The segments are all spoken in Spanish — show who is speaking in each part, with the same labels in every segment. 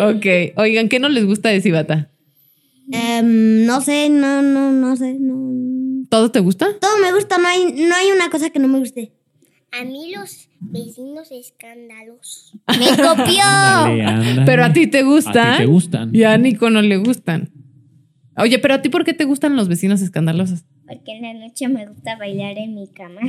Speaker 1: Ok. Oigan, ¿qué no les gusta de Sibata?
Speaker 2: Em, no sé, no, no, no sé. No.
Speaker 1: ¿Todo te gusta?
Speaker 2: Todo me gusta, no hay, no hay una cosa que no me guste.
Speaker 3: A mí los vecinos escandalosos.
Speaker 2: ¡Me
Speaker 4: Ándale,
Speaker 2: copió!
Speaker 4: ándale.
Speaker 1: Pero a ti te
Speaker 4: A
Speaker 1: gustan.
Speaker 4: ti te gustan.
Speaker 1: Y a Nico no le gustan. Oye, pero a ti, ¿por qué te gustan los vecinos escandalosos?
Speaker 3: Porque en la noche me gusta bailar en mi cama.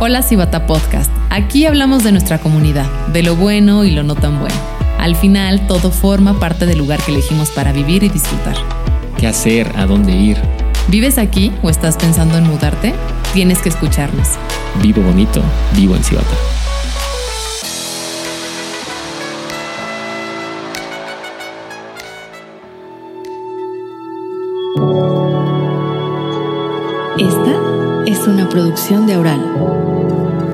Speaker 5: Hola Cibata Podcast. Aquí hablamos de nuestra comunidad, de lo bueno y lo no tan bueno. Al final, todo forma parte del lugar que elegimos para vivir y disfrutar.
Speaker 6: ¿Qué hacer? ¿A dónde ir?
Speaker 5: ¿Vives aquí o estás pensando en mudarte? Tienes que escucharnos.
Speaker 6: Vivo bonito, vivo en Cibata.
Speaker 7: Esta es una producción de Oral.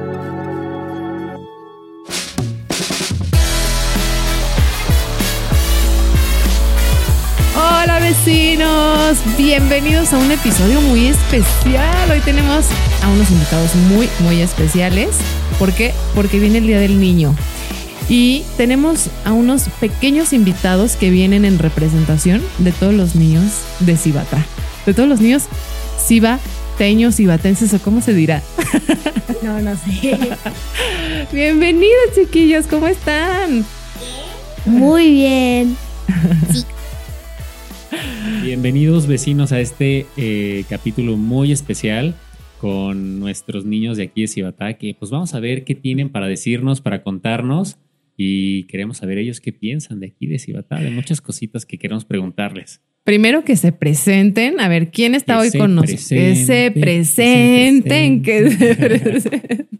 Speaker 1: Hola vecinos, bienvenidos a un episodio muy especial. Hoy tenemos a unos invitados muy, muy especiales. ¿Por qué? Porque viene el Día del Niño. Y tenemos a unos pequeños invitados que vienen en representación de todos los niños de Cibata. De todos los niños cibateños, cibatenses o cómo se dirá.
Speaker 2: No, no sé.
Speaker 1: Bienvenidos chiquillos, ¿cómo están?
Speaker 2: Muy bien.
Speaker 4: Bienvenidos vecinos a este eh, capítulo muy especial con nuestros niños de aquí de Cibatá, que pues vamos a ver qué tienen para decirnos, para contarnos y queremos saber ellos qué piensan de aquí de Cibatá, de muchas cositas que queremos preguntarles.
Speaker 1: Primero que se presenten, a ver quién está
Speaker 4: Que
Speaker 1: hoy
Speaker 4: se
Speaker 1: con nosotros. Que se presenten,
Speaker 4: presenten,
Speaker 1: que
Speaker 4: que
Speaker 1: se
Speaker 4: se
Speaker 1: presenten.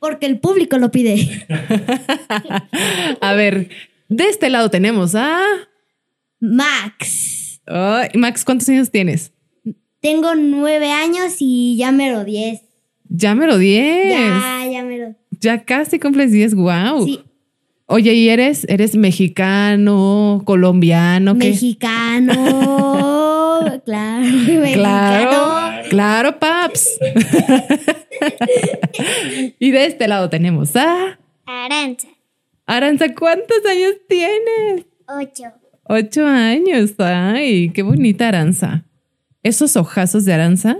Speaker 2: Porque el público lo pide.
Speaker 1: A ver, de este lado tenemos a
Speaker 2: Max.
Speaker 1: Ay, Max. ¿Cuántos años tienes?
Speaker 2: Tengo nueve años y ya mero diez.
Speaker 1: Ya me lo 10. Ya.
Speaker 2: Ya, ya mero.
Speaker 1: casi cumples 10. Wow.
Speaker 2: Sí,
Speaker 1: Oye, ¿y eres eres mexicano, colombiano? ¿qué?
Speaker 2: mexicano. claro, mexicano.
Speaker 1: Claro, claro, paps. y de este lado tenemos a
Speaker 3: Aranza,
Speaker 1: Aranza. ¿Cuántos años tienes?
Speaker 3: ocho.
Speaker 1: Ocho años, ay, qué bonita aranza. Esos ojazos de aranza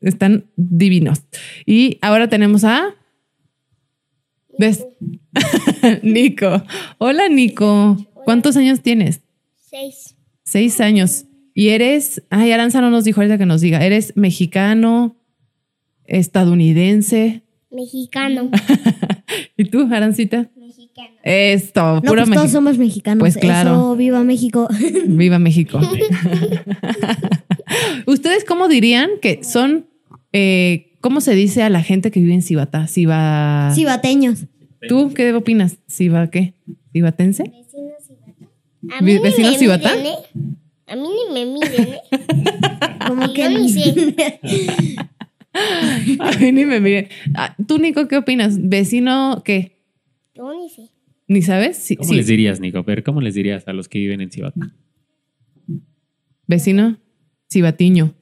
Speaker 1: están divinos. Y ahora tenemos a... ¿Ves? Nico. Hola, Nico. ¿Cuántos años tienes?
Speaker 3: Seis.
Speaker 1: Seis años. Y eres... Ay, Aranza no nos dijo ahorita que nos diga. ¿Eres mexicano, estadounidense?
Speaker 3: Mexicano.
Speaker 1: ¿Y tú, Arancita?
Speaker 3: Mexicano.
Speaker 1: Esto,
Speaker 2: No,
Speaker 1: puro
Speaker 2: pues todos
Speaker 1: México.
Speaker 2: somos mexicanos.
Speaker 1: Pues claro.
Speaker 2: Eso, viva México.
Speaker 1: Viva México. ¿Ustedes cómo dirían que son, eh, cómo se dice a la gente que vive en Cibatá? Ciba...
Speaker 2: Cibateños.
Speaker 1: ¿Tú qué opinas? ¿Ciba qué? ¿Cibatense?
Speaker 3: Vecinos Cibata. A
Speaker 1: Vi-
Speaker 3: mí ni me
Speaker 1: ¿vecinos Cibata?
Speaker 3: miren, ¿eh? A mí ni me miren, ¿eh?
Speaker 2: Como que
Speaker 3: Yo ni sé.
Speaker 1: A mí ni me miren. Ah, ¿Tú, Nico, qué opinas? ¿Vecino qué?
Speaker 3: Yo ni sé.
Speaker 1: ¿Ni sabes? Sí,
Speaker 4: ¿Cómo
Speaker 1: sí.
Speaker 4: les dirías, Nico? Pero ¿cómo les dirías a los que viven en Cibatá?
Speaker 1: ¿Vecino? Cibatiño.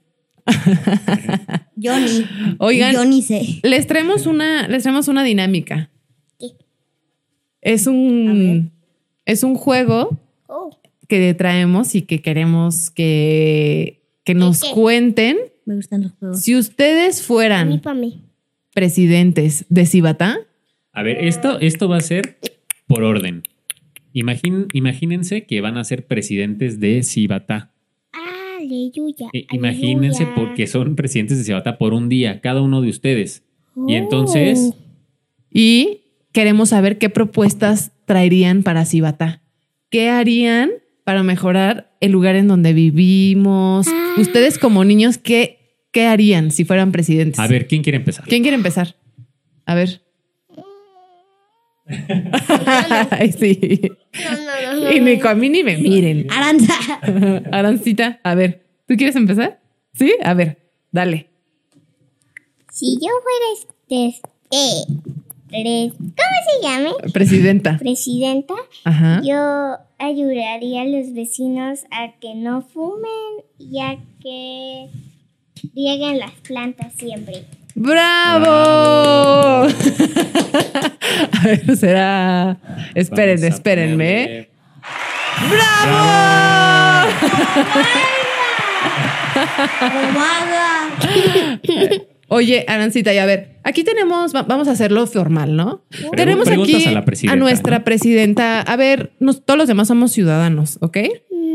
Speaker 2: yo ni.
Speaker 1: Oigan,
Speaker 2: Yo ni sé.
Speaker 1: les, traemos una, les traemos una dinámica.
Speaker 3: ¿Qué?
Speaker 1: Es un, es un juego
Speaker 3: Oh,
Speaker 1: que traemos y que queremos que, que nos
Speaker 3: qué?
Speaker 1: cuenten
Speaker 2: Me gustan los juegos.
Speaker 1: Si ustedes
Speaker 3: a mí
Speaker 1: fueran
Speaker 3: pa' mí.
Speaker 1: presidentes de Cibatá,
Speaker 4: A ver, esto, esto va a ser por orden. Imagin- imagínense que van a ser presidentes de Cibatá.
Speaker 3: Aleluya.
Speaker 4: I- Imagínense
Speaker 3: aleluya.
Speaker 4: porque son presidentes de Cibatá por un día, cada uno de ustedes. Y
Speaker 1: Uh.
Speaker 3: Oh.
Speaker 4: entonces,
Speaker 1: y queremos saber qué propuestas traerían para Cibatá. ¿Qué harían para mejorar el lugar en donde vivimos?
Speaker 3: Ah.
Speaker 1: Ustedes como niños, ¿qué, qué harían si fueran presidentes?
Speaker 4: a ver, ¿quién quiere empezar?
Speaker 1: ¿Quién quiere empezar? A ver. Ay, sí.
Speaker 3: No, no, no, no,
Speaker 1: Y
Speaker 3: no,
Speaker 1: Nico, a mí ni me miren.
Speaker 2: Aranza.
Speaker 1: Arancita, a ver, ¿tú quieres empezar? Sí, a ver, dale.
Speaker 3: Si yo fuera este, eh, pre- ¿cómo se llame?
Speaker 1: Presidenta.
Speaker 3: Presidenta,
Speaker 1: Ajá.
Speaker 3: yo ayudaría a los vecinos a que no fumen y a que Rieguen las plantas siempre.
Speaker 1: ¡Bravo! a ver, será. Espérenme,
Speaker 4: Vamos a
Speaker 1: espérenme.
Speaker 4: ponerle-
Speaker 1: ¡Bravo!
Speaker 2: Omada.
Speaker 1: Oye, Arancita, y a ver, aquí tenemos, va- vamos a hacerlo formal, ¿no? tenemos
Speaker 4: preguntas
Speaker 1: aquí
Speaker 4: a la presidenta,
Speaker 1: nuestra
Speaker 4: ¿no?
Speaker 1: presidenta. A ver, nos- todos los demás somos ciudadanos, ¿ok?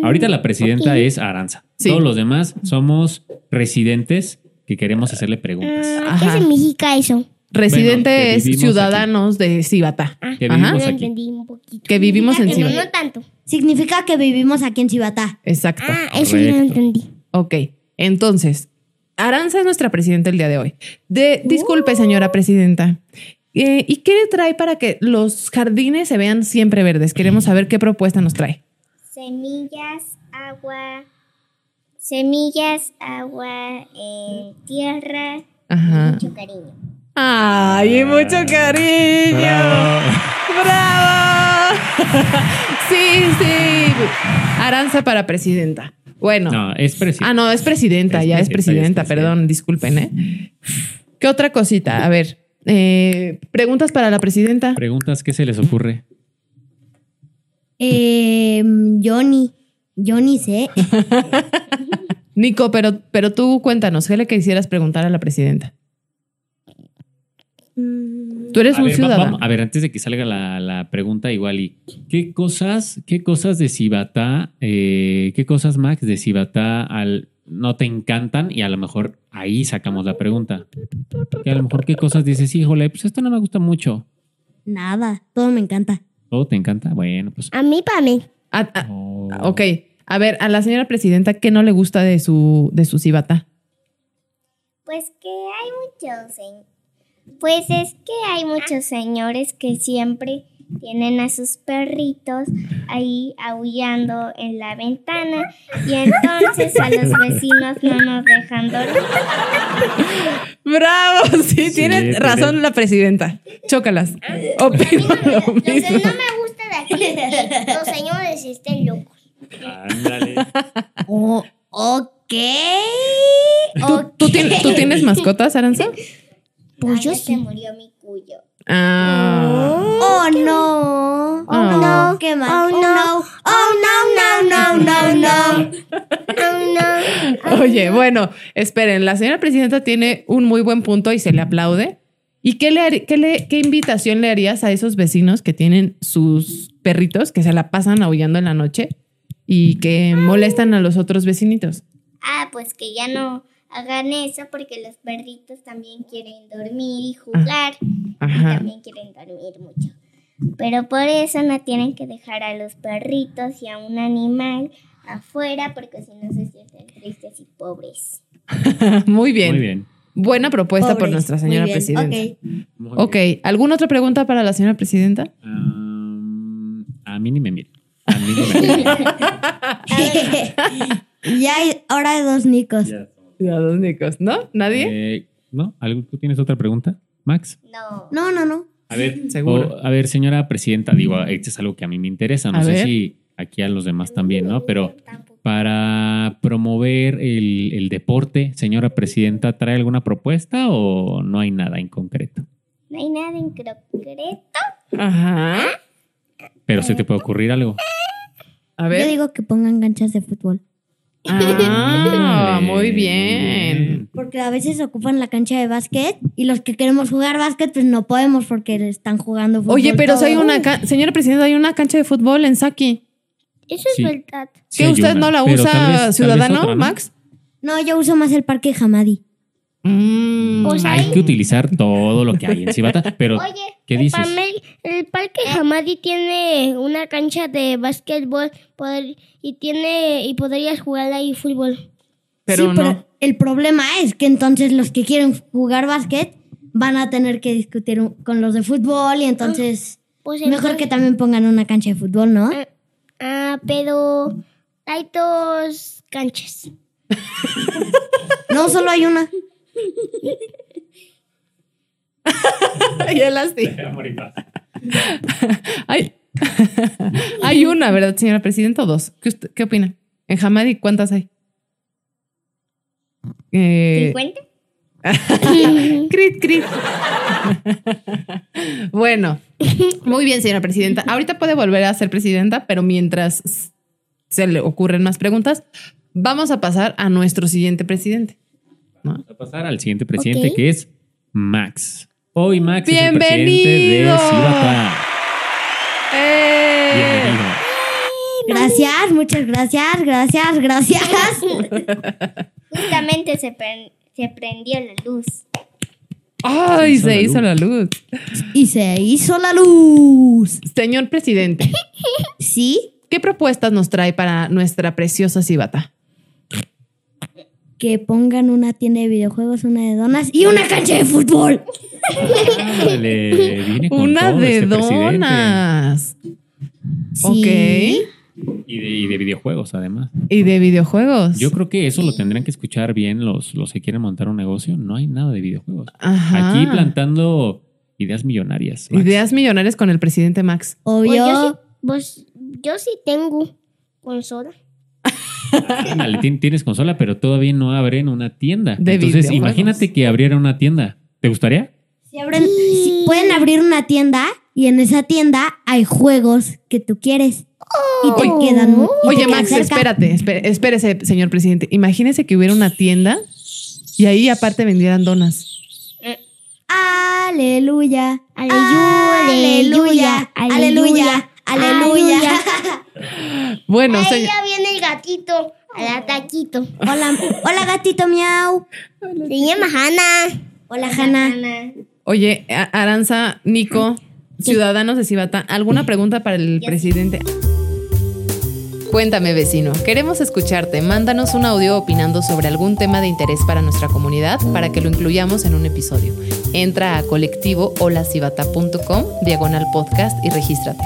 Speaker 4: Ahorita la presidenta es Aranza.
Speaker 1: Sí.
Speaker 4: Todos los demás somos residentes que queremos hacerle preguntas.
Speaker 3: Ah, ¿Qué
Speaker 1: Ajá.
Speaker 3: significa eso?
Speaker 4: que
Speaker 1: Residentes
Speaker 4: vivimos
Speaker 1: ciudadanos de Cibatá.
Speaker 3: Ah,
Speaker 4: Que
Speaker 1: Ajá.
Speaker 3: no
Speaker 4: vivimos aquí.
Speaker 3: entendí un poquito.
Speaker 1: Que vivimos en
Speaker 3: Significa que
Speaker 1: Ciudad-
Speaker 3: No, no tanto.
Speaker 2: Significa que vivimos aquí en Cibatá.
Speaker 1: Exacto.
Speaker 3: Ah, eso ya lo
Speaker 4: Correcto.
Speaker 3: entendí.
Speaker 1: Ok, entonces, Aranza es nuestra presidenta el día de hoy. De, disculpe, señora presidenta. Eh, ¿Y qué le trae para que los jardines se vean siempre verdes? Queremos saber qué propuesta nos trae.
Speaker 3: Semillas, agua. Semillas, agua, eh, tierra.
Speaker 1: Ajá.
Speaker 3: Mucho cariño.
Speaker 1: Ay, mucho
Speaker 4: Ah.
Speaker 1: cariño. ¡Bravo!
Speaker 4: Bravo.
Speaker 1: sí, sí. Aranza para presidenta. Bueno.
Speaker 4: No, es presidenta.
Speaker 1: Ah, no, es presidenta,
Speaker 4: Es
Speaker 1: ya es presidenta,
Speaker 4: presidenta, es presidenta.
Speaker 1: perdón, disculpen, ¿eh? ¿Qué otra cosita? A ver, eh, preguntas para la presidenta.
Speaker 4: Preguntas, ¿qué se les ocurre?
Speaker 2: Eh, Johnny. Johnny sé.
Speaker 1: Nico, pero, pero tú cuéntanos, ¿qué le quisieras preguntar a la presidenta? Tú eres
Speaker 4: a
Speaker 1: un
Speaker 4: ver, va-
Speaker 1: ciudadano.
Speaker 4: vamos- a ver, antes de que salga la, la pregunta, igual y qué cosas, qué cosas de Cibatá, eh, qué cosas Max de Cibatá al no te encantan y a lo mejor ahí sacamos la pregunta. Que a lo mejor qué cosas dices, híjole, pues esto no me gusta mucho.
Speaker 2: Nada. Todo me encanta.
Speaker 4: ¿Todo te encanta? Bueno, pues.
Speaker 3: A mí, para mí.
Speaker 1: Ah, ah,
Speaker 4: oh.
Speaker 1: ok, a ver, a la señora presidenta, ¿qué no le gusta de su, de su cibata?
Speaker 3: Pues que hay muchos. se- Pues es que hay muchos señores que siempre tienen a sus perritos ahí aullando en la ventana y entonces a los vecinos no nos dejan dormir.
Speaker 1: Bravo, sí,
Speaker 4: Sí,
Speaker 1: tiene
Speaker 4: tiene-
Speaker 1: razón la presidenta. Chócalas. Opino lo
Speaker 3: Lo que
Speaker 1: mismo.
Speaker 3: no me gusta de aquí es que los señores estén locos.
Speaker 4: Ándale.
Speaker 2: Oh, ok.
Speaker 1: ¿Tú, tú tienes, ¿Tú tienes mascotas, Aranza?
Speaker 3: Pues yo se murió mi cuyo.
Speaker 1: Ah.
Speaker 2: Oh no.
Speaker 1: Oh, no.
Speaker 2: Qué mal.
Speaker 3: Oh, no.
Speaker 2: Oh no, no, no, no, no.
Speaker 1: Oye, bueno, esperen, la señora presidenta tiene un muy buen punto y se le aplaude. ¿Y qué, le, har- qué, le- qué invitación le harías a esos vecinos que tienen sus perritos que se la pasan aullando en la noche y que molestan a los otros vecinitos?
Speaker 3: Ah, pues que ya no hagan eso porque los perritos también quieren dormir y jugar.
Speaker 1: Ajá.
Speaker 3: También quieren dormir mucho. Pero por eso no tienen que dejar a los perritos y a un animal afuera porque si no se sienten tristes y pobres.
Speaker 1: Muy bien.
Speaker 4: Muy bien.
Speaker 1: Buena propuesta por
Speaker 2: Pobres.
Speaker 1: nuestra señora
Speaker 2: Muy bien,
Speaker 1: presidenta.
Speaker 2: ok.
Speaker 4: muy
Speaker 1: Ok,
Speaker 4: bien.
Speaker 1: ¿alguna otra pregunta para la señora presidenta?
Speaker 4: Am, a mí ni me miren. A mí ni me miren.
Speaker 2: ya hay, ahora hay dos nicos.
Speaker 1: Ya, dos nicos, ¿no? ¿Nadie?
Speaker 4: Eh, ¿No? ¿Algo- ¿Tú tienes otra pregunta, Max?
Speaker 3: No.
Speaker 2: No, no, no.
Speaker 4: A ver,
Speaker 1: Eh, Seguro.
Speaker 4: a ver, señora presidenta, digo, esto es algo que a mí me interesa, no
Speaker 1: A
Speaker 4: sé
Speaker 1: ver.
Speaker 4: si aquí a los demás también, ¿no? Pero
Speaker 3: Tampoco.
Speaker 4: para promover el, el deporte, señora presidenta, ¿trae alguna propuesta o no hay nada en concreto?
Speaker 3: No hay nada en concreto.
Speaker 1: Ajá.
Speaker 4: Pero se te puede ocurrir algo.
Speaker 1: A
Speaker 2: Yo
Speaker 1: ver.
Speaker 2: digo que pongan ganchas de fútbol.
Speaker 1: Ah,
Speaker 4: Ándale,
Speaker 1: muy bien.
Speaker 2: Porque a veces ocupan la cancha de básquet y los que queremos jugar básquet pues no podemos porque están jugando fútbol.
Speaker 1: Oye, pero si hay
Speaker 2: todos.
Speaker 1: una, ca- señora presidenta, hay una cancha de fútbol en Saki.
Speaker 3: Eso
Speaker 4: Sí.
Speaker 3: es verdad.
Speaker 4: Sí
Speaker 1: ¿Que
Speaker 4: hay
Speaker 1: usted
Speaker 4: una,
Speaker 1: no la
Speaker 4: pero
Speaker 1: usa,
Speaker 4: tal vez- tal vez
Speaker 1: ciudadano,
Speaker 4: otra, ¿no?
Speaker 1: Max?
Speaker 2: No, yo uso más el parque Hamadi.
Speaker 1: Mm.
Speaker 3: Pues
Speaker 4: Hay que utilizar todo lo que hay en Cibata, pero
Speaker 3: Oye,
Speaker 4: ¿qué
Speaker 3: el,
Speaker 4: dices?
Speaker 3: Pamel- el parque Hamadi tiene una cancha de básquetbol poder- y tiene y podrías jugar ahí fútbol.
Speaker 1: pero
Speaker 2: Sí,
Speaker 1: no.
Speaker 2: el problema es que entonces los que quieren jugar básquet van a tener que discutir un- con los de fútbol y entonces
Speaker 3: Pues
Speaker 2: mejor
Speaker 3: entonces-
Speaker 2: que también pongan una cancha de fútbol, ¿no?
Speaker 3: Ah, ah, pero hay dos canchas.
Speaker 2: No, solo hay una.
Speaker 1: Ya las di. Ay. hay una, ¿verdad, señora presidenta? O dos. ¿Qué, usted- qué opina? En Hamadi, ¿cuántas hay? eh,
Speaker 3: ¿50?
Speaker 1: Crit, crit. bueno, muy bien, señora presidenta. Ahorita puede volver a ser presidenta, pero mientras se le ocurren más preguntas, vamos a pasar a nuestro siguiente presidente. ¿no?
Speaker 4: Vamos a pasar al siguiente presidente
Speaker 3: Ok.
Speaker 4: que es Max. Hoy Max es el presidente
Speaker 1: ¡Bienvenido!
Speaker 4: de Cibatá.
Speaker 1: ¡Eh!
Speaker 4: Bienvenido.
Speaker 2: Gracias, muchas gracias, gracias, gracias.
Speaker 3: Justamente se, pre- se prendió la luz.
Speaker 1: ¡Ay, se hizo la luz!
Speaker 2: Y se hizo la luz.
Speaker 1: Señor presidente,
Speaker 2: ¿Sí?
Speaker 1: ¿qué propuestas nos trae para nuestra preciosa Cibata?
Speaker 2: Que pongan una tienda de videojuegos, una de donas y una cancha de fútbol.
Speaker 4: Ándale, viene con
Speaker 1: Una
Speaker 4: todo
Speaker 1: de
Speaker 4: este presidente.
Speaker 1: donas.
Speaker 2: Sí.
Speaker 1: Ok.
Speaker 4: Y de, y de videojuegos, además.
Speaker 1: Y de videojuegos.
Speaker 4: Yo creo que eso lo tendrán que escuchar bien los, los que quieren montar un negocio. No hay nada de videojuegos.
Speaker 1: Ajá.
Speaker 4: Aquí plantando ideas millonarias. Max.
Speaker 1: Ideas millonarias con el presidente Max.
Speaker 3: Pues
Speaker 2: Obvio.
Speaker 3: yo, sí, pues yo sí tengo consola.
Speaker 4: Ándale, tien- tienes consola, pero todavía no abren una tienda.
Speaker 1: De
Speaker 4: Entonces,
Speaker 1: videojuegos.
Speaker 4: imagínate que abriera una tienda. ¿Te gustaría?
Speaker 2: Si abren- si pueden abrir una tienda y en esa tienda hay juegos que tú quieres. Y te quedan. mu- y te
Speaker 1: Oh. Oye,
Speaker 2: quedan
Speaker 1: Max,
Speaker 2: cerca.
Speaker 1: espérate, espé- espérese, señor presidente. Imagínese que hubiera una tienda y ahí aparte vendieran donas.
Speaker 2: Aleluya.
Speaker 3: Aleluya,
Speaker 2: Aleluya. Aleluya. Aleluya.
Speaker 3: aleluya.
Speaker 1: Bueno,
Speaker 3: Ahí
Speaker 1: señor.
Speaker 3: ya viene el gatito, el ataquito.
Speaker 2: Hola, hola gatito miau.
Speaker 3: Se llama Hanna.
Speaker 2: Hola Hanna.
Speaker 1: Oye, A- Aranza, Nico, ciudadanos de Cibata, ¿alguna pregunta para el presidente?
Speaker 5: Cuéntame, vecino. Queremos escucharte. Mándanos un audio opinando sobre algún tema de interés para nuestra comunidad para que lo incluyamos en un episodio. Entra a colectivo holacibata.com, diagonal podcast y regístrate.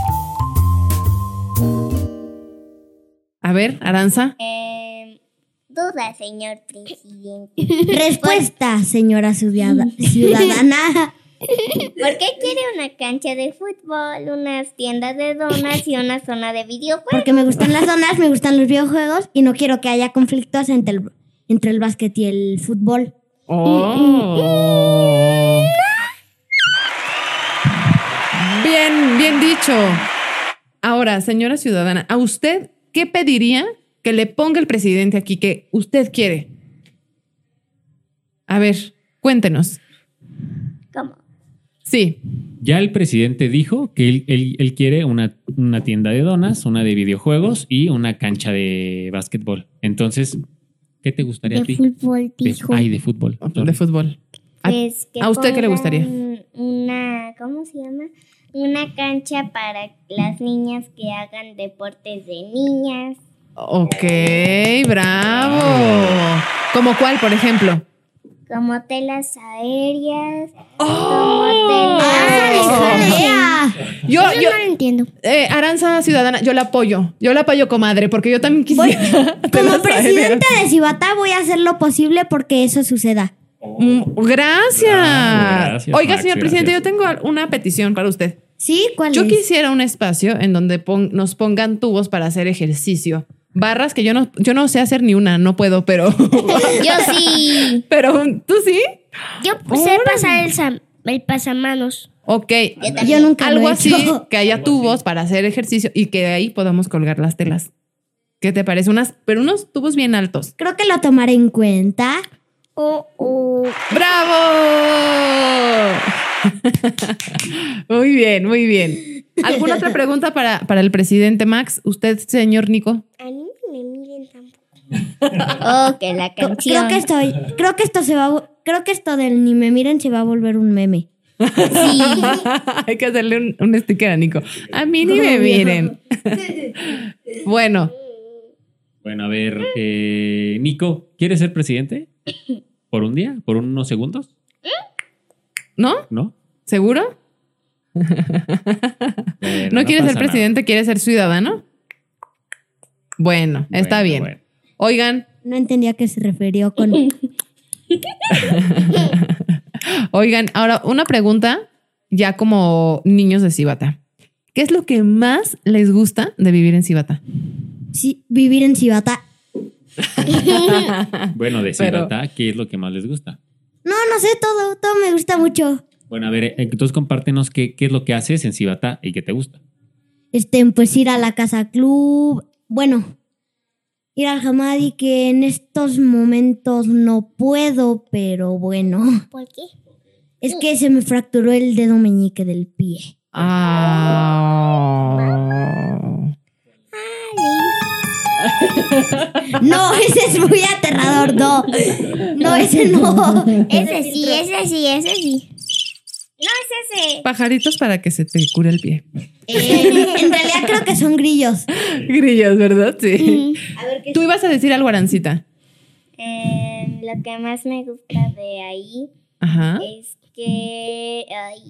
Speaker 1: A ver, Aranza.
Speaker 3: Eh, duda, señor presidente.
Speaker 2: Respuesta, señora ciudada- ciudadana.
Speaker 3: ¿Por qué quiere una cancha de fútbol, unas tiendas de donas y una zona de videojuegos?
Speaker 2: Porque me gustan las donas, me gustan los videojuegos y no quiero que haya conflictos entre el, entre el básquet y el fútbol.
Speaker 1: Oh. Bien, bien dicho. Ahora, señora ciudadana, ¿a usted qué pediría que le ponga el presidente aquí que usted quiere? A ver, cuéntenos.
Speaker 3: ¿Cómo?
Speaker 1: Sí,
Speaker 4: Ya el presidente dijo que él, él- él quiere una, una tienda de donas, una de videojuegos y una cancha de básquetbol. Entonces, ¿qué te gustaría a ti?
Speaker 3: fútbol,
Speaker 4: De- ay, de fútbol.
Speaker 1: Ah, de fútbol. ¿A-
Speaker 3: Pues que
Speaker 1: a usted qué le
Speaker 3: pongan
Speaker 1: gustaría?
Speaker 3: Una, ¿cómo se llama? Una cancha para las niñas que hagan deportes de niñas.
Speaker 1: Ok, bravo. ¿Como cuál, por ejemplo?
Speaker 3: Como telas aéreas.
Speaker 1: ¡Oh!
Speaker 3: Como
Speaker 2: Ah,
Speaker 3: telas.
Speaker 2: ¡Ea!
Speaker 1: Yo, yo,
Speaker 3: no lo entiendo.
Speaker 1: eh, Aranza Ciudadana, yo la apoyo. Yo la apoyo, comadre, porque yo también quisiera.
Speaker 2: Como
Speaker 1: telas
Speaker 2: presidenta
Speaker 1: aéreas.
Speaker 2: de Cibatá voy a hacer lo posible porque eso suceda.
Speaker 1: Mm, Gracias.
Speaker 4: Bravo, gracias,
Speaker 1: Oiga,
Speaker 4: Max,
Speaker 1: señor presidente,
Speaker 4: gracias.
Speaker 1: yo tengo una petición para usted.
Speaker 2: ¿Sí? ¿Cuál
Speaker 1: Yo
Speaker 2: es?
Speaker 1: quisiera un espacio en donde pon- nos pongan tubos para hacer ejercicio. Barras que yo no, yo no sé hacer ni una, no puedo, pero.
Speaker 3: Yo sí.
Speaker 1: pero, ¿tú sí?
Speaker 3: Yo sé pasar el, sam- el pasamanos.
Speaker 1: Ok.
Speaker 2: Yo nunca
Speaker 1: Algo
Speaker 2: lo he
Speaker 1: así,
Speaker 2: hecho.
Speaker 1: que haya tubos para hacer ejercicio y que de ahí podamos colgar las telas. ¿Qué te parece? Unas, pero unos tubos bien altos.
Speaker 2: Creo que lo tomaré en cuenta.
Speaker 3: Oh, oh.
Speaker 1: ¡Bravo! muy bien, muy bien. ¿Alguna otra pregunta para, para el presidente Max? ¿Usted, señor Nico?
Speaker 3: A mí no me miren tampoco. oh, que la
Speaker 2: Creo-
Speaker 3: canción.
Speaker 2: Creo que estoy, creo que esto se va, a vo- creo que esto del ni me miren se va a volver un meme.
Speaker 1: Hay que hacerle un, un sticker a Nico. A mí ni me miren. bueno,
Speaker 4: Bueno, a ver, eh, Nico, ¿quieres ser presidente? ¿Por un día? ¿Por unos segundos?
Speaker 1: ¿no?
Speaker 4: ¿No?
Speaker 1: ¿Seguro?
Speaker 4: Bueno,
Speaker 1: ¿No, quiere
Speaker 4: pasa
Speaker 1: ser
Speaker 4: nada.
Speaker 1: presidente? ¿Quiere ser ciudadano? Bueno, está
Speaker 4: Bueno,
Speaker 1: bien.
Speaker 4: bueno.
Speaker 1: Oigan,
Speaker 2: No entendía a qué se refirió con.
Speaker 1: Oigan, ahora una pregunta ya como niños de Cibata. ¿Qué es lo que más les gusta de vivir en Cibata?
Speaker 2: Sí, vivir en Cibata.
Speaker 4: Bueno, de
Speaker 1: Ah, Pero-
Speaker 4: Cibatá, ¿qué es lo que más les gusta?
Speaker 2: No, no sé, todo, todo me gusta mucho.
Speaker 4: Bueno, a ver, eh, entonces compártenos qué, qué es lo que haces en Cibatá y qué te gusta.
Speaker 2: Este, pues ir a la casa club. Bueno, ir al Hamadi que en estos momentos no puedo, pero bueno.
Speaker 3: ¿Por qué?
Speaker 2: Es que se me fracturó el dedo meñique del pie.
Speaker 1: Ah.
Speaker 2: No, ese es muy aterrador, no. No, ese no.
Speaker 3: Ese sí, ese sí, ese sí. No es ese.
Speaker 1: Pajaritos para que se te cure el pie.
Speaker 2: Eh, en realidad creo que son grillos.
Speaker 1: Grillos, ¿verdad? Sí. Tú ibas a decir algo, Arancita.
Speaker 3: Em, lo que más me gusta de ahí
Speaker 1: Ajá.
Speaker 3: es que, ay,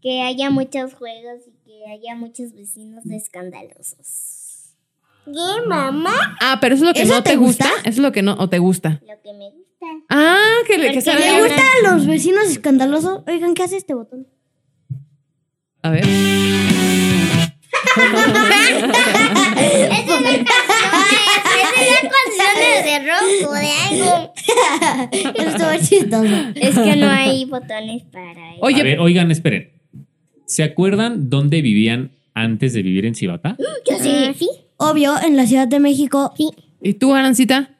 Speaker 3: que haya muchos juegos y que haya muchos vecinos escandalosos. ¿Qué, mamá?
Speaker 1: Ah, pero eso es lo que
Speaker 2: ¿Eso
Speaker 1: no te
Speaker 2: te
Speaker 1: gusta?
Speaker 2: gusta?
Speaker 1: Eso es lo que no, o te gusta.
Speaker 3: Lo que me gusta.
Speaker 1: Ah, que le que
Speaker 3: Porque
Speaker 1: sale-
Speaker 2: ¿Le gustan los vecinos escandalosos? Oigan, ¿qué hace este botón?
Speaker 1: A ver.
Speaker 3: Esa es la canción de rojo, de algo.
Speaker 2: Esto es chistoso.
Speaker 3: Es que no hay botones para eso.
Speaker 4: a
Speaker 1: Oye,
Speaker 4: ver, oigan, esperen. ¿Se acuerdan dónde vivían antes de vivir en Cibatá?
Speaker 3: Yo sí. ¿Sí?
Speaker 2: Obvio, en la Ciudad de México.
Speaker 1: ¿y tú, Arancita?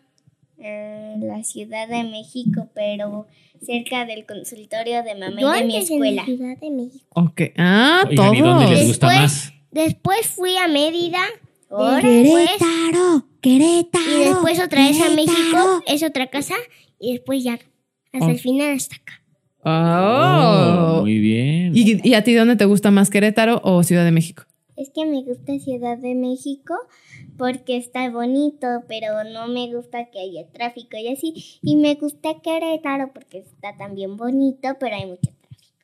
Speaker 3: En la Ciudad de México, pero cerca del consultorio de mamá y de mi escuela.
Speaker 8: Ciudad de México.
Speaker 1: Ok. Ah,
Speaker 4: Oigan, ¿y dónde les
Speaker 1: todos.
Speaker 4: gusta
Speaker 3: Después-
Speaker 4: más?
Speaker 8: Después fui a Mérida
Speaker 3: Ahora, pues,
Speaker 2: Querétaro, Querétaro.
Speaker 8: y después otra vez a
Speaker 2: Querétaro.
Speaker 8: México, es otra casa y después ya hasta
Speaker 1: Oh.
Speaker 8: el final hasta acá.
Speaker 4: Oh,
Speaker 1: Oh.
Speaker 4: muy bien.
Speaker 1: ¿Y, y a ti dónde te gusta más, Querétaro o Ciudad de México?
Speaker 3: Es que me gusta Ciudad de México porque está bonito, pero no me gusta que haya tráfico y así. Y me gusta Querétaro porque está también bonito, pero hay mucho tráfico.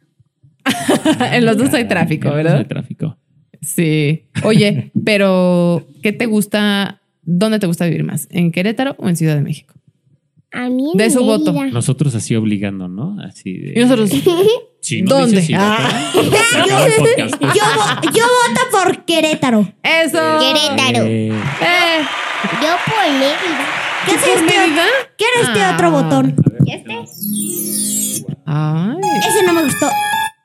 Speaker 4: Ah,
Speaker 1: en los dos hay tráfico,
Speaker 4: En los dos
Speaker 1: ¿verdad?
Speaker 4: hay tráfico.
Speaker 1: Sí. Oye, pero ¿qué te gusta? ¿Dónde te gusta vivir más? ¿En Querétaro o en Ciudad de México?
Speaker 8: A mí en
Speaker 1: De su voto.
Speaker 8: Mérida.
Speaker 4: Nosotros así obligando, ¿no? Así de.
Speaker 1: Y nosotros,
Speaker 4: Si no
Speaker 1: ¿Dónde? Ah.
Speaker 4: dices Cibatá, se acaba el podcast. Eh,
Speaker 2: Yo, vo- yo voto por Querétaro.
Speaker 1: ¡eso!
Speaker 8: Querétaro.
Speaker 4: Eh,
Speaker 1: Eh,
Speaker 8: Yo por Mérida.
Speaker 2: ¿Qué
Speaker 1: ¿por
Speaker 2: hace este,
Speaker 1: Mérida?
Speaker 2: ¿qué hace este
Speaker 1: Ah.
Speaker 2: otro botón?
Speaker 3: ¿Ya está?
Speaker 1: Ay.
Speaker 2: Ese no me gustó.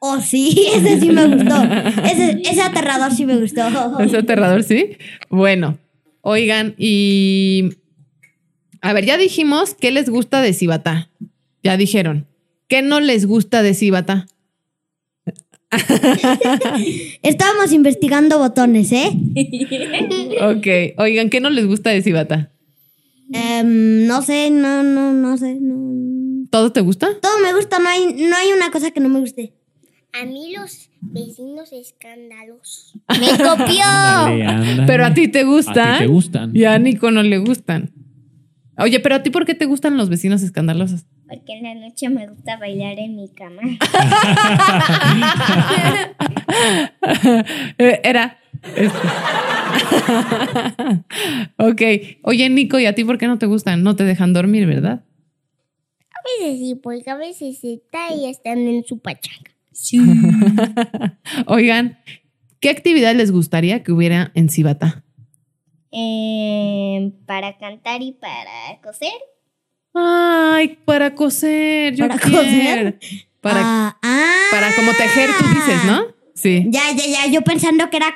Speaker 2: Oh, sí, ese sí me gustó. Ese, ese aterrador sí me gustó.
Speaker 1: Es aterrador, ¿sí? Bueno, oigan, y... A ver, ya dijimos qué les gusta de Cibatá. Ya dijeron. ¿Qué no les gusta de Cibatá?
Speaker 2: Estábamos investigando botones, ¿eh?
Speaker 1: Ok, oigan, ¿qué no les gusta de Cibatá?
Speaker 2: Em, no sé, no, no, no sé. no.
Speaker 1: ¿Todo te gusta?
Speaker 2: Todo me gusta, no hay, no hay una cosa que no me guste.
Speaker 8: A mí los vecinos escandalosos.
Speaker 3: ¡Me copió!
Speaker 4: ándale, ándale.
Speaker 1: Ah. Pero a ti te
Speaker 4: A
Speaker 1: gusta.
Speaker 4: ti te gustan.
Speaker 1: Y a Nico no le gustan. Oye, pero a ti, ¿por qué te gustan los vecinos escandalosos?
Speaker 3: Porque en la noche me gusta bailar en mi cama.
Speaker 1: Eh, Era. Este. ok. Oye, Nico, ¿y a ti por qué no te gustan? No te dejan dormir, ¿verdad?
Speaker 8: A veces sí, porque a veces se está y están en su pachanga.
Speaker 1: Oigan, ¿qué actividad les gustaría que hubiera en Cibata?
Speaker 3: Em, para cantar y para coser.
Speaker 1: Ay, para coser. Yo
Speaker 2: ¿Para
Speaker 1: quiero.
Speaker 2: coser?
Speaker 1: Para,
Speaker 2: Ah, ah.
Speaker 1: para como tejer, tú dices, ¿no? Sí.
Speaker 2: Ya, ya, ya, yo pensando que era.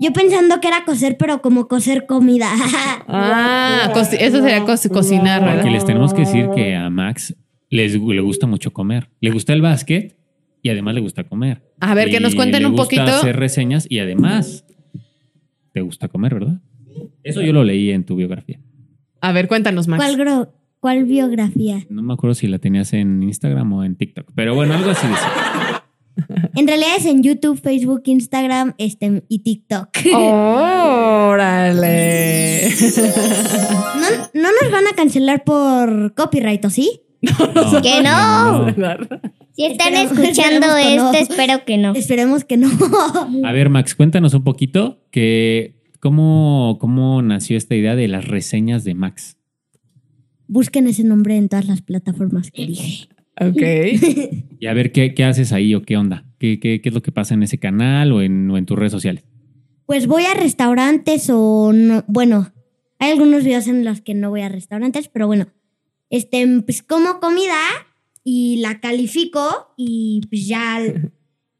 Speaker 2: Yo pensando que era coser, pero como coser comida.
Speaker 1: Ah, co- eso sería co- cocinar, ¿verdad?
Speaker 4: Porque les tenemos que decir que a Max les, gu- le gusta mucho comer. Le gusta el básquet y además le gusta comer.
Speaker 1: A ver, que
Speaker 4: Y
Speaker 1: nos cuenten
Speaker 4: le
Speaker 1: un
Speaker 4: gusta
Speaker 1: poquito.
Speaker 4: hacer reseñas y además te gusta comer, ¿verdad? Eso yo lo leí en tu biografía.
Speaker 1: A ver, cuéntanos, Max.
Speaker 2: ¿Cuál, gro- ¿Cuál biografía?
Speaker 4: No me acuerdo si la tenías en Instagram o en TikTok, pero bueno, algo así decía.
Speaker 2: En realidad es en YouTube, Facebook, Instagram este, y TikTok.
Speaker 1: ¡Órale!
Speaker 2: No, no nos van a cancelar por copyright, ¿o sí?
Speaker 4: No,
Speaker 3: ¡Que no! Si están
Speaker 2: Esperemos-
Speaker 3: escuchando
Speaker 2: esperemos que
Speaker 3: esto,
Speaker 2: no.
Speaker 3: espero que no.
Speaker 2: Esperemos que no.
Speaker 4: A ver, Max, cuéntanos un poquito que cómo, cómo nació esta idea de las reseñas de Max.
Speaker 2: Busquen ese nombre en todas las plataformas que dije.
Speaker 1: Ok.
Speaker 4: Y a ver qué, qué haces ahí o qué onda. ¿Qué, qué, qué es lo que pasa en ese canal o en, o en tus redes sociales?
Speaker 2: Pues voy a restaurantes o no, bueno, Hay algunos videos en los que no voy a restaurantes, pero bueno, este, pues como comida y la califico y pues ya,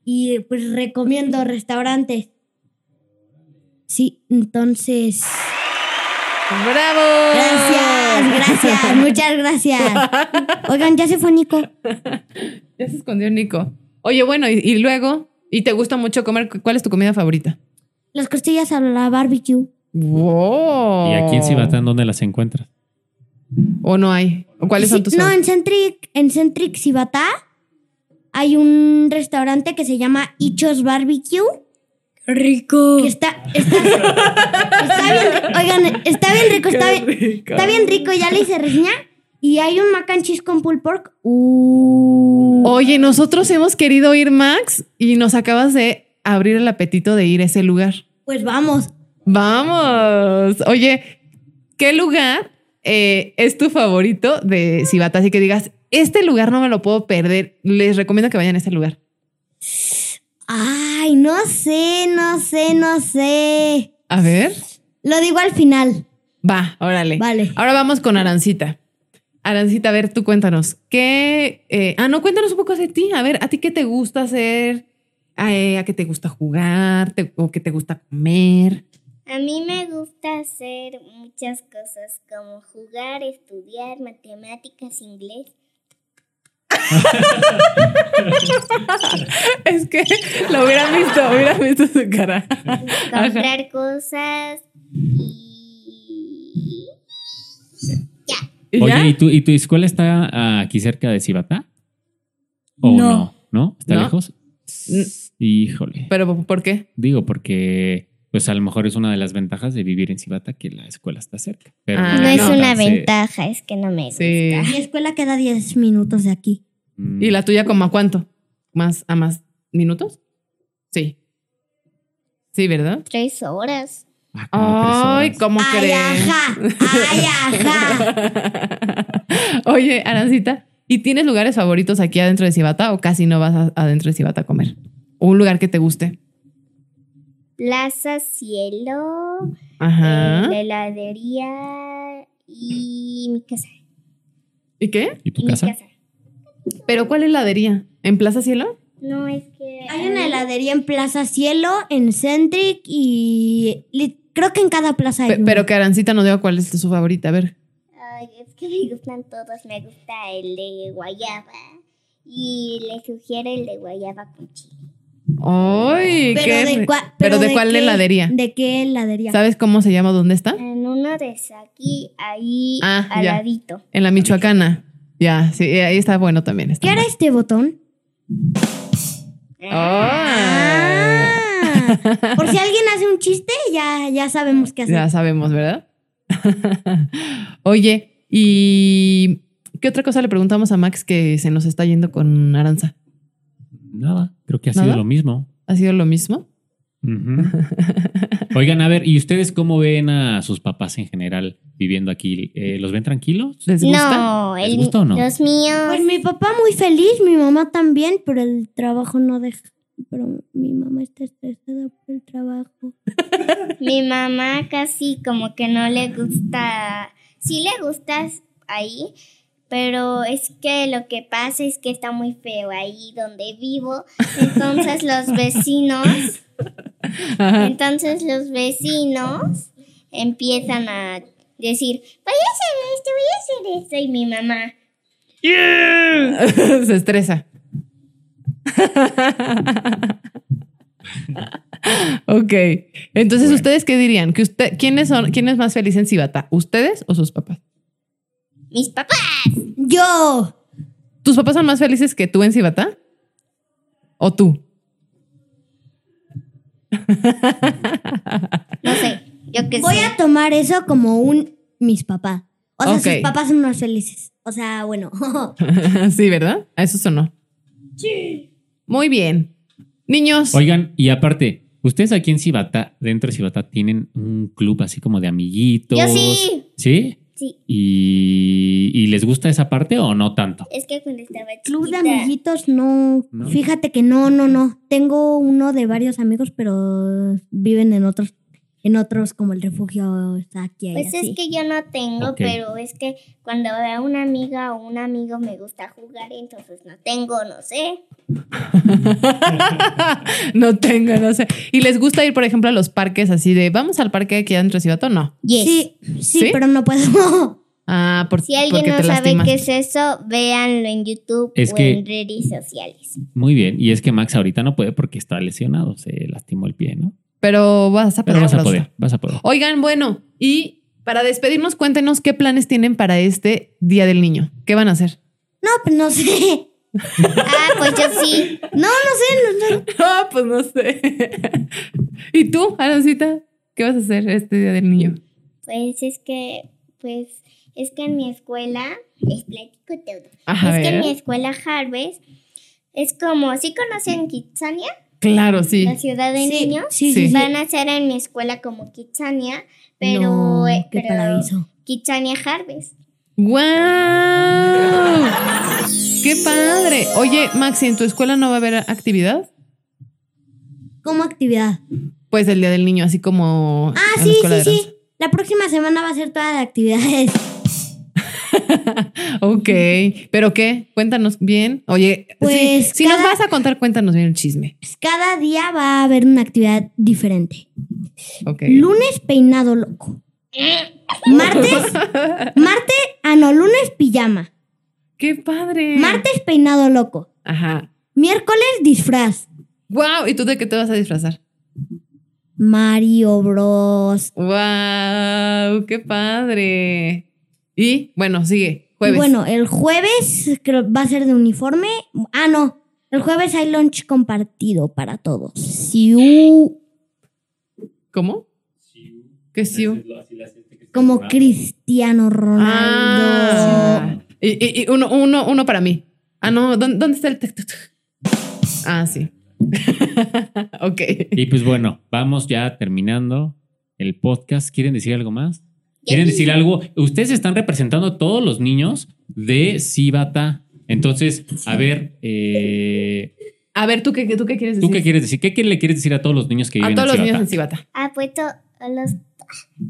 Speaker 2: y pues recomiendo restaurantes. Sí, entonces...
Speaker 1: ¡Bravo!
Speaker 2: Gracias, gracias, muchas gracias. Oigan, ya se fue Nico.
Speaker 1: Ya se escondió Nico. Oye, bueno, y, y luego, ¿y te gusta mucho comer? ¿Cuál es tu comida favorita?
Speaker 2: Las costillas a la barbecue.
Speaker 1: ¡Wow!
Speaker 4: ¿Y aquí en Cibatán dónde las encuentras?
Speaker 1: ¿O no hay? ¿O cuáles son
Speaker 2: Sí,
Speaker 1: tus
Speaker 2: No,
Speaker 1: favoritas?
Speaker 2: en Centric, en Centric Cibatá hay un restaurante que se llama Ichos Barbecue. Rico. está, está, está bien, oigan, está bien rico, está bien, está bien rico, ya le hice reseña. Y hay un mac and cheese con pulled pork. Uh.
Speaker 1: Oye, nosotros hemos querido ir, Max, y nos acabas de abrir el apetito de ir a ese lugar.
Speaker 2: Pues vamos.
Speaker 1: Vamos. Oye, ¿qué lugar eh, es tu favorito de Cibata? Así que digas, este lugar no me lo puedo perder. Les recomiendo que vayan a este lugar.
Speaker 2: Ay, no sé, no sé, no sé.
Speaker 1: A ver.
Speaker 2: Lo digo al final.
Speaker 1: Va, órale.
Speaker 2: Vale.
Speaker 1: Ahora vamos con Arancita. Arancita, a ver, tú cuéntanos. ¿Qué? eh, ah, no, cuéntanos un poco de ti. A ver, ¿a ti qué te gusta hacer? Eh, ¿A qué te gusta jugar? ¿Te- ¿O qué te gusta comer?
Speaker 3: A mí me gusta hacer muchas cosas como jugar, estudiar, matemáticas, inglés.
Speaker 1: Es que lo hubieran visto, hubieran visto su cara.
Speaker 3: comprar cosas y
Speaker 1: ¿Y
Speaker 4: Oye,
Speaker 1: ya?
Speaker 4: ¿y, tu, ¿y tu escuela está aquí cerca de Cibatá? ¿O no? ¿No? ¿Está
Speaker 1: No.
Speaker 4: lejos?
Speaker 1: N-
Speaker 4: Híjole.
Speaker 1: ¿Pero por qué?
Speaker 4: Digo, porque pues a lo mejor es una de las ventajas de vivir en Cibata que la escuela está cerca. Pero
Speaker 1: Ah,
Speaker 3: no es
Speaker 1: no,
Speaker 3: una
Speaker 4: Sí.
Speaker 3: ventaja, es que no me gusta.
Speaker 1: Sí.
Speaker 2: Mi escuela queda 10 minutos de aquí.
Speaker 4: Mm.
Speaker 1: ¿Y la tuya como a cuánto? ¿Más a más minutos? Sí. Sí, ¿verdad?
Speaker 3: Tres horas.
Speaker 4: Ah, como tres
Speaker 1: Ay,
Speaker 4: horas.
Speaker 1: ¿cómo
Speaker 2: Ay,
Speaker 1: crees?
Speaker 2: ajá, ay, ajá.
Speaker 1: Oye, Arancita, ¿y tienes lugares favoritos aquí adentro de Cibata o casi no vas a- adentro de Cibata a comer? ¿O un lugar que te guste?
Speaker 3: Plaza Cielo,
Speaker 1: Ajá.
Speaker 2: Eh,
Speaker 3: la heladería y mi casa.
Speaker 1: ¿Y qué?
Speaker 4: ¿Y tu
Speaker 3: y mi
Speaker 4: casa?
Speaker 1: ¿Pero cuál heladería? ¿En Plaza Cielo?
Speaker 3: No, es que...
Speaker 2: Hay una heladería en Plaza Cielo, en Centric y li- creo que en cada plaza hay
Speaker 1: Pe-
Speaker 2: una.
Speaker 1: pero que Arancita nos diga cuál es su favorita. A ver.
Speaker 3: Ay, es que me gustan todos. Me gusta el de guayaba. Y le sugiero el de guayaba con chile.
Speaker 1: ¡Ay! qué
Speaker 2: de
Speaker 1: re-
Speaker 2: cua-
Speaker 1: pero de cuál
Speaker 2: qué-
Speaker 1: heladería?
Speaker 2: ¿De qué heladería?
Speaker 1: ¿Sabes cómo se llama? ¿Dónde está?
Speaker 3: En uno de aquí, ahí,
Speaker 1: Ah,
Speaker 3: al
Speaker 1: ya.
Speaker 3: ladito.
Speaker 1: En la Michoacana. Ya, sí, ahí está bueno también. Está
Speaker 2: ¿Qué era este botón?
Speaker 1: Ah.
Speaker 2: Ah, por si alguien hace un chiste, ya, ya sabemos qué hacer.
Speaker 1: Ya sabemos, ¿verdad? Oye, ¿y qué otra cosa le preguntamos a Max que se nos está yendo con Aranza?
Speaker 4: Nada, creo que ha
Speaker 1: ¿Nada?
Speaker 4: sido lo mismo.
Speaker 1: ¿Ha sido lo mismo?
Speaker 4: Ujú. Oigan, a ver, ¿y ustedes cómo ven a sus papás en general viviendo aquí? Eh, ¿Los ven tranquilos?
Speaker 1: ¿Les gusta?
Speaker 3: No,
Speaker 4: ¿Les
Speaker 3: el-
Speaker 4: gusta o no?
Speaker 3: los míos.
Speaker 2: Pues mi papá muy feliz, mi mamá también, pero el trabajo no deja. Pero mi mamá está estresada por el trabajo.
Speaker 3: Mi mamá casi como que no le gusta, sí le gustas ahí, pero es que lo que pasa es que está muy feo ahí donde vivo, entonces los vecinos,
Speaker 1: Ajá.
Speaker 3: entonces los vecinos empiezan a decir, voy a hacer esto, voy a hacer esto, y mi mamá,
Speaker 1: se estresa. ok. Entonces,
Speaker 4: Bueno.
Speaker 1: ¿ustedes qué dirían? ¿Que usted, ¿quiénes son, quién es más feliz en Cibata? ¿Ustedes o sus papás?
Speaker 3: mis papás,
Speaker 2: ¡Yo!
Speaker 1: ¿Tus papás son más felices que tú en Cibata? ¿O tú?
Speaker 3: no sé, yo qué
Speaker 2: Voy
Speaker 3: sé.
Speaker 2: a tomar eso como un mis papás. O sea,
Speaker 1: Ok.
Speaker 2: sus papás son unos felices. O sea, bueno.
Speaker 1: sí, ¿verdad? A eso sonó. Sí. Muy bien. Niños.
Speaker 4: Oigan, y aparte, ¿ustedes aquí en Cibata, dentro de Cibata, tienen un club así como de amiguitos?
Speaker 3: Yo
Speaker 4: pues-
Speaker 3: sí.
Speaker 4: ¿Sí?
Speaker 3: Sí,
Speaker 4: ¿Y, y les gusta esa parte o no tanto?
Speaker 3: es que cuando estaba chiquita,
Speaker 2: Club de amiguitos, no.
Speaker 4: No.
Speaker 2: Fíjate que no, no, no. Tengo uno de varios amigos, pero viven en otros En otros, como el refugio está aquí.
Speaker 8: Pues es que yo no tengo,
Speaker 4: Ok.
Speaker 8: pero es que cuando a una amiga o un amigo me gusta jugar, entonces no tengo, no sé.
Speaker 1: no tengo, no sé. ¿Y les gusta ir, por ejemplo, a los parques así de vamos al parque aquí adentro de Cibato? No.
Speaker 2: Sí, sí,
Speaker 1: ¿Sí?
Speaker 2: pero no puedo.
Speaker 1: Ah, por,
Speaker 8: Si alguien
Speaker 1: porque
Speaker 8: no
Speaker 1: te
Speaker 8: sabe
Speaker 1: lastimas.
Speaker 8: qué es eso, véanlo en YouTube
Speaker 4: Es
Speaker 8: o
Speaker 4: que-
Speaker 8: en redes sociales.
Speaker 4: Muy bien. Y es que Max ahorita no puede porque está lesionado. Se lastimó el pie, ¿no?
Speaker 1: Pero vas a
Speaker 4: Pero
Speaker 1: poder.
Speaker 4: vas a
Speaker 1: Rosa.
Speaker 4: poder, vas a poder.
Speaker 1: Oigan, bueno, y para despedirnos, cuéntenos qué planes tienen para este Día del Niño. ¿Qué van a hacer?
Speaker 2: No, pues no sé.
Speaker 8: Ah, pues yo sí.
Speaker 2: No, no sé. no- no-
Speaker 1: Ah, pues no sé. ¿Y tú, Aloncita? ¿Qué vas a hacer este Día del Niño?
Speaker 8: Pues es que, pues, es que en mi escuela, les platico todo.
Speaker 1: A
Speaker 8: es que en
Speaker 1: ver.
Speaker 8: mi escuela Harvest es como, ¿sí conocen Kitsania?
Speaker 1: Claro, sí.
Speaker 8: La ciudad de
Speaker 2: sí,
Speaker 8: niños.
Speaker 2: Sí,
Speaker 1: Sí.
Speaker 2: sí, sí.
Speaker 8: Van a ser en mi escuela como Kitsania, pero, eh,
Speaker 2: No, qué
Speaker 8: pero
Speaker 2: paraíso.
Speaker 8: Kitsania Harvest.
Speaker 1: ¡Guau! ¡Qué padre! Oye, Maxi, ¿en tu escuela no va a haber actividad?
Speaker 2: Como actividad.
Speaker 1: Pues el Día del Niño, así como.
Speaker 2: Ah,
Speaker 1: en la
Speaker 2: sí,
Speaker 1: escuela
Speaker 2: sí,
Speaker 1: de
Speaker 2: sí. La próxima semana va a ser toda de actividades.
Speaker 1: danza. Ok. ¿Pero qué? Cuéntanos bien. Oye,
Speaker 2: Pues,
Speaker 1: sí, si nos
Speaker 2: cada-
Speaker 1: vas a contar, cuéntanos bien el chisme.
Speaker 2: Pues cada día va a haber una actividad diferente.
Speaker 1: Ok.
Speaker 2: Lunes, peinado loco. Martes, martes, ah, no, lunes, pijama.
Speaker 1: ¡Qué padre!
Speaker 2: Martes, peinado loco.
Speaker 1: Ajá.
Speaker 2: Miércoles, disfraz.
Speaker 1: ¡Wow! ¿Y tú de qué te vas a disfrazar?
Speaker 2: Mario Bros.
Speaker 1: ¡Wow! ¡Qué padre! Y bueno, sigue. Jueves.
Speaker 2: Y bueno, el jueves creo, va a ser de uniforme. Ah, no. El jueves hay lunch compartido para todos. Si u-
Speaker 1: ¿Cómo? ¿Qué siu?
Speaker 2: como Cristiano Ronaldo.
Speaker 1: Ah. Y, y- y uno, uno, uno para mí. Ah, no, ¿dó- ¿dónde, está el texto? Ah, sí. ok.
Speaker 4: Y pues bueno, vamos ya terminando el podcast. ¿Quieren decir algo más? ¿Quieren decir algo? Ustedes están representando a todos los niños de Cibata. Entonces, a ver, eh,
Speaker 1: A ver, ¿tú qué, tú qué quieres decir?
Speaker 4: ¿tú qué quieres decir? ¿Qué, qué le quieres decir a todos los niños que
Speaker 1: A
Speaker 4: viven
Speaker 1: todos los
Speaker 4: en
Speaker 1: niños
Speaker 4: Cibata?
Speaker 1: en Cibata.
Speaker 8: Ah, pues to- los,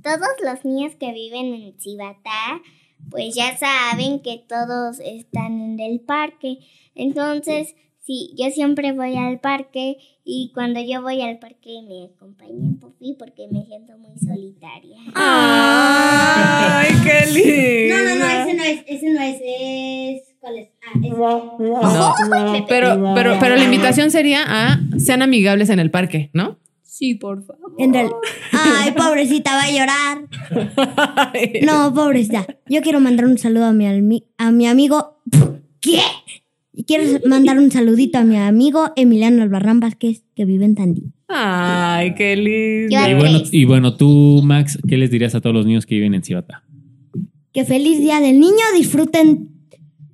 Speaker 8: todos los niños que viven en Cibatá, pues ya saben que todos están en el parque. Entonces, sí, yo siempre voy al parque y cuando yo voy al parque me acompaña Poppy porque me siento muy solitaria.
Speaker 1: ¡Ay, qué lindo!
Speaker 2: No, no, no, ese no es, ese no es, es ¿cuál es? Ah, es-
Speaker 1: No, pero, pero, pero la invitación sería a sean amigables en el parque, ¿no?
Speaker 9: Sí, por favor.
Speaker 2: en real-
Speaker 1: Oh.
Speaker 2: Ay, pobrecita, va a llorar. No, pobrecita. Yo quiero mandar un saludo a mi, almi- a mi amigo. ¿Qué? Y Quiero mandar un saludito a mi amigo Emiliano Albarrán Vázquez, que vive en Tandil.
Speaker 1: Ay, qué lindo.
Speaker 8: Yo a
Speaker 4: Y bueno,
Speaker 8: tres.
Speaker 4: y bueno, tú, Max, ¿qué les dirías a todos los niños que viven en Cibata?
Speaker 2: Que feliz día del niño, disfruten,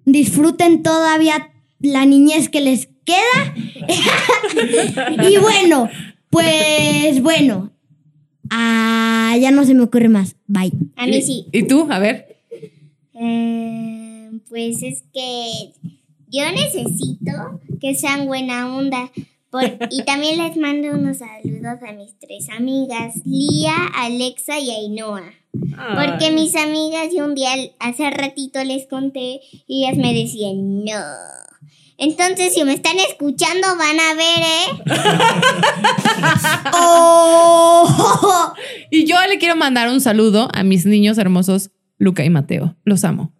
Speaker 2: disfruten todavía la niñez que les queda. y bueno, pues bueno. Ah, ya no se me ocurre más. Bye.
Speaker 8: A mí sí.
Speaker 1: ¿Y tú? A ver.
Speaker 8: Eh, pues es que yo necesito que sean buena onda. por- y también les mando unos saludos a mis tres amigas, Lía, Alexa y Ainhoa. Porque mis amigas yo un día, hace ratito les conté y ellas me decían, no. Entonces, si me están escuchando, van a ver, ¿eh?
Speaker 2: Oh.
Speaker 1: Y yo le quiero mandar un saludo a mis niños hermosos, Luca y Mateo. Los amo.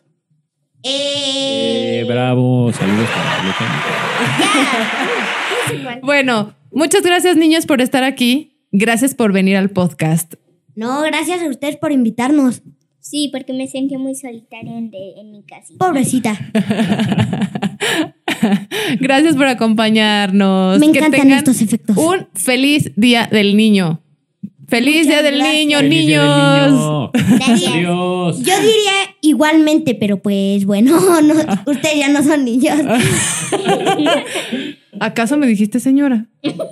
Speaker 4: Eh, bravo, saludos para Luca.
Speaker 1: Bueno, muchas gracias niños por estar aquí. Gracias por venir al podcast.
Speaker 2: No, gracias a ustedes por invitarnos.
Speaker 8: Sí, porque me sentí muy solitaria en, de- en mi casita.
Speaker 2: Pobrecita.
Speaker 1: Gracias por acompañarnos.
Speaker 2: Me encantan
Speaker 1: que tengan
Speaker 2: estos efectos.
Speaker 1: un feliz día del niño. Feliz día del niño,
Speaker 4: ¡Feliz Día
Speaker 1: niños.
Speaker 4: del Niño!
Speaker 8: Gracias.
Speaker 4: Adiós.
Speaker 2: Yo diría igualmente, pero pues bueno, no, ustedes ya no son niños.
Speaker 1: ¿Acaso me dijiste señora?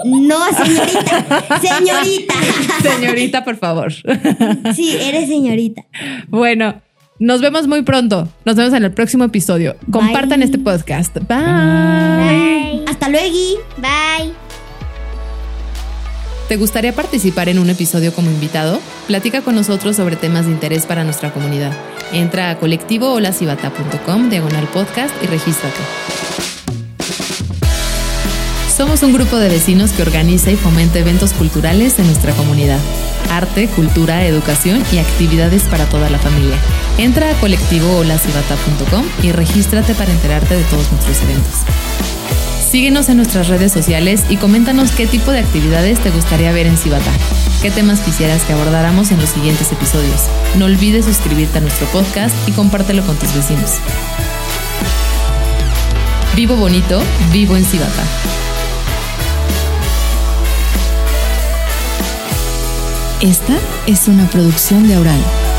Speaker 2: No, señorita. Señorita.
Speaker 1: Señorita, por favor.
Speaker 2: Sí, eres señorita.
Speaker 1: Bueno, nos vemos muy pronto. Nos vemos en el próximo episodio. Compartan
Speaker 2: Bye.
Speaker 1: este podcast. Bye.
Speaker 8: Bye.
Speaker 2: Hasta luego.
Speaker 8: Bye.
Speaker 1: ¿Te gustaría participar en un episodio como invitado? Platica con nosotros sobre temas de interés para nuestra comunidad. Entra a colectivoholasibata.com, diagonal podcast y regístrate. Somos un grupo de vecinos que organiza y fomenta eventos culturales en nuestra comunidad. Arte, cultura, educación y actividades para toda la familia. Entra a colectivoholasibata.com y regístrate para enterarte de todos nuestros eventos. Síguenos en nuestras redes sociales y coméntanos qué tipo de actividades te gustaría ver en Cibata. ¿Qué temas quisieras que abordáramos en los siguientes episodios? No olvides suscribirte a nuestro podcast y compártelo con tus vecinos. Vivo bonito, vivo en Cibata.
Speaker 10: Esta es una producción de Aural.